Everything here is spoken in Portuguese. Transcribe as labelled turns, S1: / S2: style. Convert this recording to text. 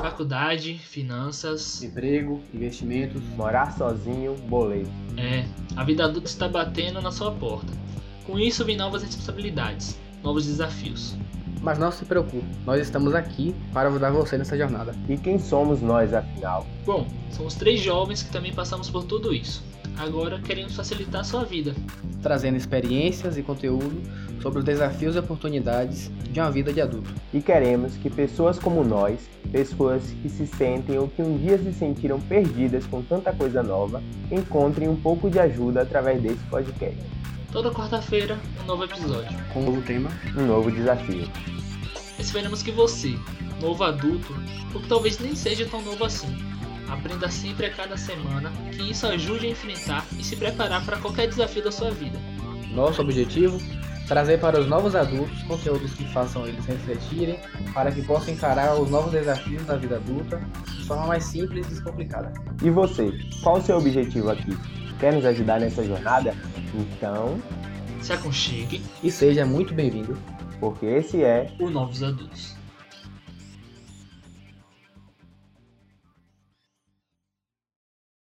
S1: Faculdade, finanças,
S2: Emprego, investimentos, morar sozinho, boleto.
S1: É, a vida adulta está batendo na sua porta. Com isso vem novas responsabilidades, novos desafios.
S3: Mas não se preocupe, nós estamos aqui para ajudar você nessa jornada.
S2: E quem somos nós, afinal?
S1: Bom, somos três jovens que também passamos por tudo isso. Agora queremos facilitar a sua vida.
S3: trazendo experiências e conteúdo sobre os desafios e oportunidades de uma vida de adulto.
S2: E queremos que pessoas como nós, pessoas que se sentem ou que um dia se sentiram perdidas com tanta coisa nova, encontrem um pouco de ajuda através desse podcast.
S1: Toda quarta-feira, um novo episódio.
S3: Com um novo tema,
S2: Um novo desafio.
S1: Esperamos que você, novo adulto, ou que talvez nem seja tão novo assim, aprenda sempre a cada semana, que isso ajude a enfrentar e se preparar para qualquer desafio da sua vida.
S3: nosso objetivo, trazer para os novos adultos conteúdos que façam eles refletirem para que possam encarar os novos desafios da vida adulta de forma mais simples e descomplicada.
S2: E você, qual o seu objetivo aqui? Quer nos ajudar nessa jornada? Então,
S1: Se aconchegue
S3: E seja muito bem-vindo.
S2: porque esse é
S1: o Novos Adultos.